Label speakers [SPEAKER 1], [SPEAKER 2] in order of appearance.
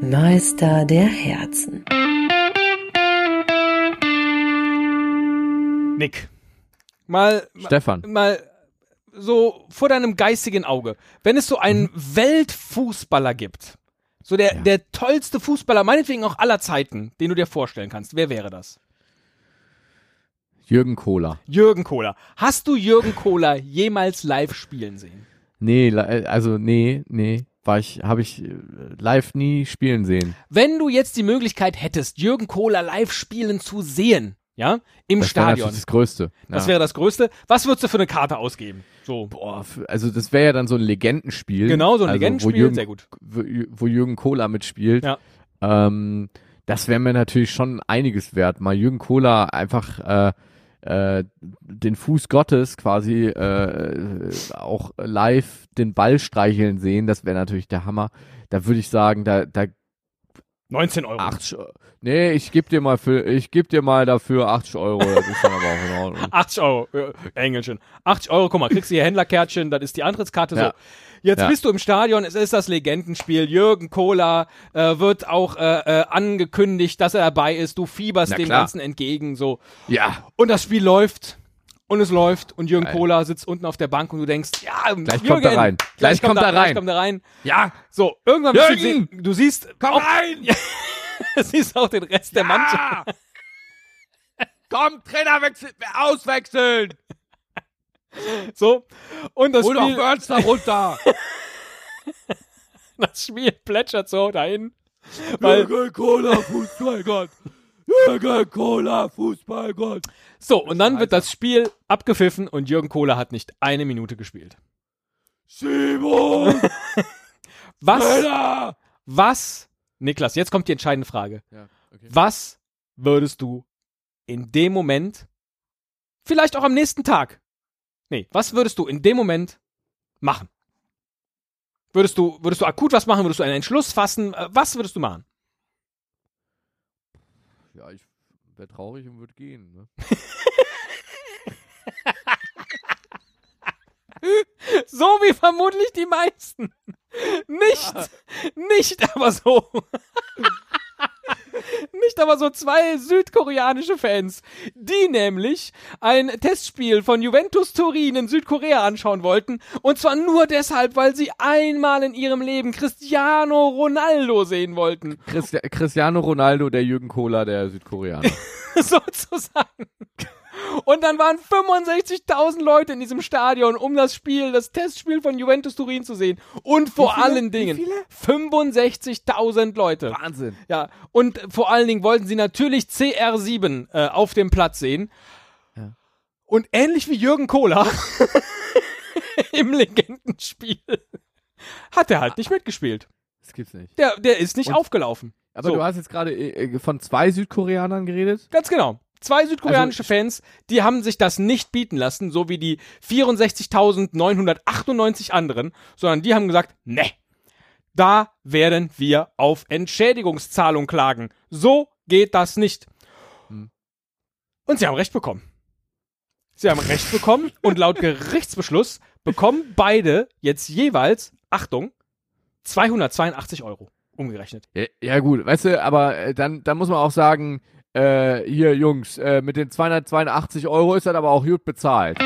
[SPEAKER 1] Meister der Herzen.
[SPEAKER 2] Nick. Mal,
[SPEAKER 3] Stefan.
[SPEAKER 2] mal so vor deinem geistigen Auge, wenn es so einen Weltfußballer gibt, so der,
[SPEAKER 3] Mhm. Ja.
[SPEAKER 2] der tollste Fußballer, meinetwegen auch aller Zeiten, den du dir vorstellen kannst, wer wäre das?
[SPEAKER 3] Jürgen Kohler.
[SPEAKER 2] Jürgen Kohler. Hast du Jürgen Kohler jemals live spielen sehen?
[SPEAKER 3] Nee, li- äh, also nee, nee, war ich, habe ich äh, live nie spielen sehen.
[SPEAKER 2] Wenn du jetzt die Möglichkeit hättest, Jürgen Kohler live spielen zu sehen, ja, im
[SPEAKER 3] Das wäre
[SPEAKER 2] Stadion,
[SPEAKER 3] natürlich das Größte.
[SPEAKER 2] das
[SPEAKER 3] ja.
[SPEAKER 2] wäre das Größte, was würdest du für eine Karte ausgeben? So.
[SPEAKER 3] Boah, f- also das wäre ja dann so ein Legendenspiel.
[SPEAKER 2] Genau, so ein
[SPEAKER 3] also,
[SPEAKER 2] Legendenspiel,
[SPEAKER 3] wo Jürgen,
[SPEAKER 2] sehr gut.
[SPEAKER 3] Wo, Jü- wo Jürgen Kohler mitspielt.
[SPEAKER 2] Ja.
[SPEAKER 3] Ähm, das wäre mir natürlich schon einiges wert, mal Jürgen Kohler einfach äh, äh, den Fuß Gottes quasi äh, auch live den Ball streicheln sehen, das wäre natürlich der Hammer. Da würde ich sagen, da, da
[SPEAKER 2] 19 Euro.
[SPEAKER 3] 80 Euro. Nee, ich geb dir mal für, ich geb dir mal dafür 80 Euro. Das ist dann aber auch in Ordnung.
[SPEAKER 2] 80 Euro, äh, Engelchen. 80 Euro, guck mal, kriegst du hier Händlerkärtchen, das ist die Antrittskarte. So.
[SPEAKER 3] Ja.
[SPEAKER 2] Jetzt
[SPEAKER 3] Ja.
[SPEAKER 2] bist du im Stadion, es ist das Legendenspiel. Jürgen Kohler äh, wird auch äh, äh, angekündigt, dass er dabei ist. Du fieberst
[SPEAKER 3] Na
[SPEAKER 2] dem
[SPEAKER 3] klar.
[SPEAKER 2] Ganzen entgegen. So.
[SPEAKER 3] Ja,
[SPEAKER 2] Und das Spiel läuft. Und es läuft. Und Jürgen
[SPEAKER 3] Geil.
[SPEAKER 2] Kohler sitzt unten auf der Bank und du denkst, ja,
[SPEAKER 3] Gleich
[SPEAKER 2] Jürgen,
[SPEAKER 3] kommt er rein.
[SPEAKER 2] Gleich,
[SPEAKER 3] Gleich
[SPEAKER 2] kommt
[SPEAKER 3] kommt er
[SPEAKER 2] Gleich
[SPEAKER 3] rein.
[SPEAKER 2] kommt er rein.
[SPEAKER 3] ja,
[SPEAKER 2] So, irgendwann bist du,
[SPEAKER 3] Jürgen!
[SPEAKER 2] se- du siehst,
[SPEAKER 3] komm rein!
[SPEAKER 2] siehst auch den Rest der Mannschaft.
[SPEAKER 3] Komm, Trainer wechseln, auswechseln!
[SPEAKER 2] So. Und das Spiel,
[SPEAKER 3] Burns da runter!
[SPEAKER 2] das Spiel plätschert so dahin. Weil,
[SPEAKER 3] Kohler, Fußballgott! Jürgen Kohler, Fußballgott!
[SPEAKER 2] So, und dann wird das Spiel abgepfiffen und Jürgen Kohler hat nicht eine Minute gespielt.
[SPEAKER 3] Simon!
[SPEAKER 2] Was,
[SPEAKER 3] Trainer!
[SPEAKER 2] was, Niklas, jetzt kommt die entscheidende Frage.
[SPEAKER 3] Ja, okay.
[SPEAKER 2] Was würdest du in dem Moment, vielleicht auch am nächsten Tag, nee, was würdest du in dem Moment machen? Würdest du, würdest du akut was machen? Würdest du einen Entschluss fassen? Äh, Was würdest du machen?
[SPEAKER 3] Ja, ich wäre traurig und würde gehen. Ne?
[SPEAKER 2] So wie vermutlich die meisten. Nicht, nicht aber so. Nicht aber so zwei südkoreanische Fans, die nämlich ein Testspiel von Juventus Turin in Südkorea anschauen wollten. Und zwar nur deshalb, weil sie einmal in ihrem Leben Cristiano Ronaldo sehen wollten.
[SPEAKER 3] Christi Cristiano Ronaldo, der Jürgen Kohler, der Südkoreaner.
[SPEAKER 2] sozusagen. Und dann waren 65.000 Leute in diesem Stadion, um das Spiel, das Testspiel von Juventus Turin zu sehen. Und vor
[SPEAKER 3] viele?
[SPEAKER 2] allen
[SPEAKER 3] Wie
[SPEAKER 2] Dingen
[SPEAKER 3] viele?
[SPEAKER 2] 65.000 Leute.
[SPEAKER 3] Wahnsinn!
[SPEAKER 2] Ja, und vor allen Dingen wollten sie natürlich CR7 äh, auf dem Platz sehen.
[SPEAKER 3] Ja.
[SPEAKER 2] Und ähnlich wie Jürgen Kohler im Legendenspiel hat er halt nicht mitgespielt.
[SPEAKER 3] Das gibt's nicht.
[SPEAKER 2] Der, der ist nicht
[SPEAKER 3] Und-
[SPEAKER 2] aufgelaufen.
[SPEAKER 3] Aber
[SPEAKER 2] So.
[SPEAKER 3] du hast jetzt gerade äh, von zwei Südkoreanern geredet.
[SPEAKER 2] Ganz genau. Zwei südkoreanische
[SPEAKER 3] Also-
[SPEAKER 2] Fans, die haben sich das nicht bieten lassen, so wie die 64.998 anderen, sondern die haben gesagt, ne, da werden wir auf Entschädigungszahlung klagen. So geht das nicht.
[SPEAKER 3] Hm.
[SPEAKER 2] Und sie haben recht bekommen. Sie haben recht bekommen und laut Gerichtsbeschluss bekommen beide jetzt jeweils, Achtung, 282 Euro umgerechnet.
[SPEAKER 3] Ja, ja gut, weißt du, aber äh, dann, dann muss man auch sagen, äh, hier Jungs, äh, mit den 282 Euro ist das aber auch gut bezahlt.